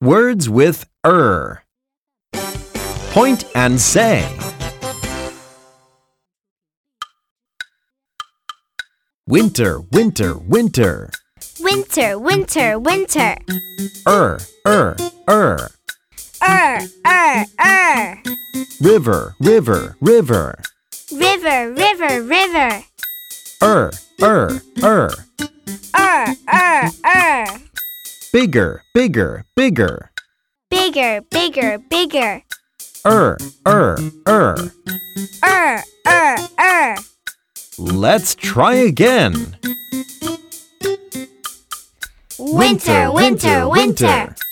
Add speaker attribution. Speaker 1: Words with er. Point and say. Winter, winter, winter.
Speaker 2: Winter, winter, winter.
Speaker 1: Er, er, er.
Speaker 2: Er, er, er.
Speaker 1: River, river, river.
Speaker 2: River, river, river.
Speaker 1: Er, er, er.
Speaker 2: Er, er, er.
Speaker 1: Bigger, bigger, bigger.
Speaker 2: Bigger, bigger, bigger.
Speaker 1: Er, er, er.
Speaker 2: Er, er, er.
Speaker 1: Let's try again.
Speaker 2: Winter, Er, winter, winter. Er,
Speaker 1: Er,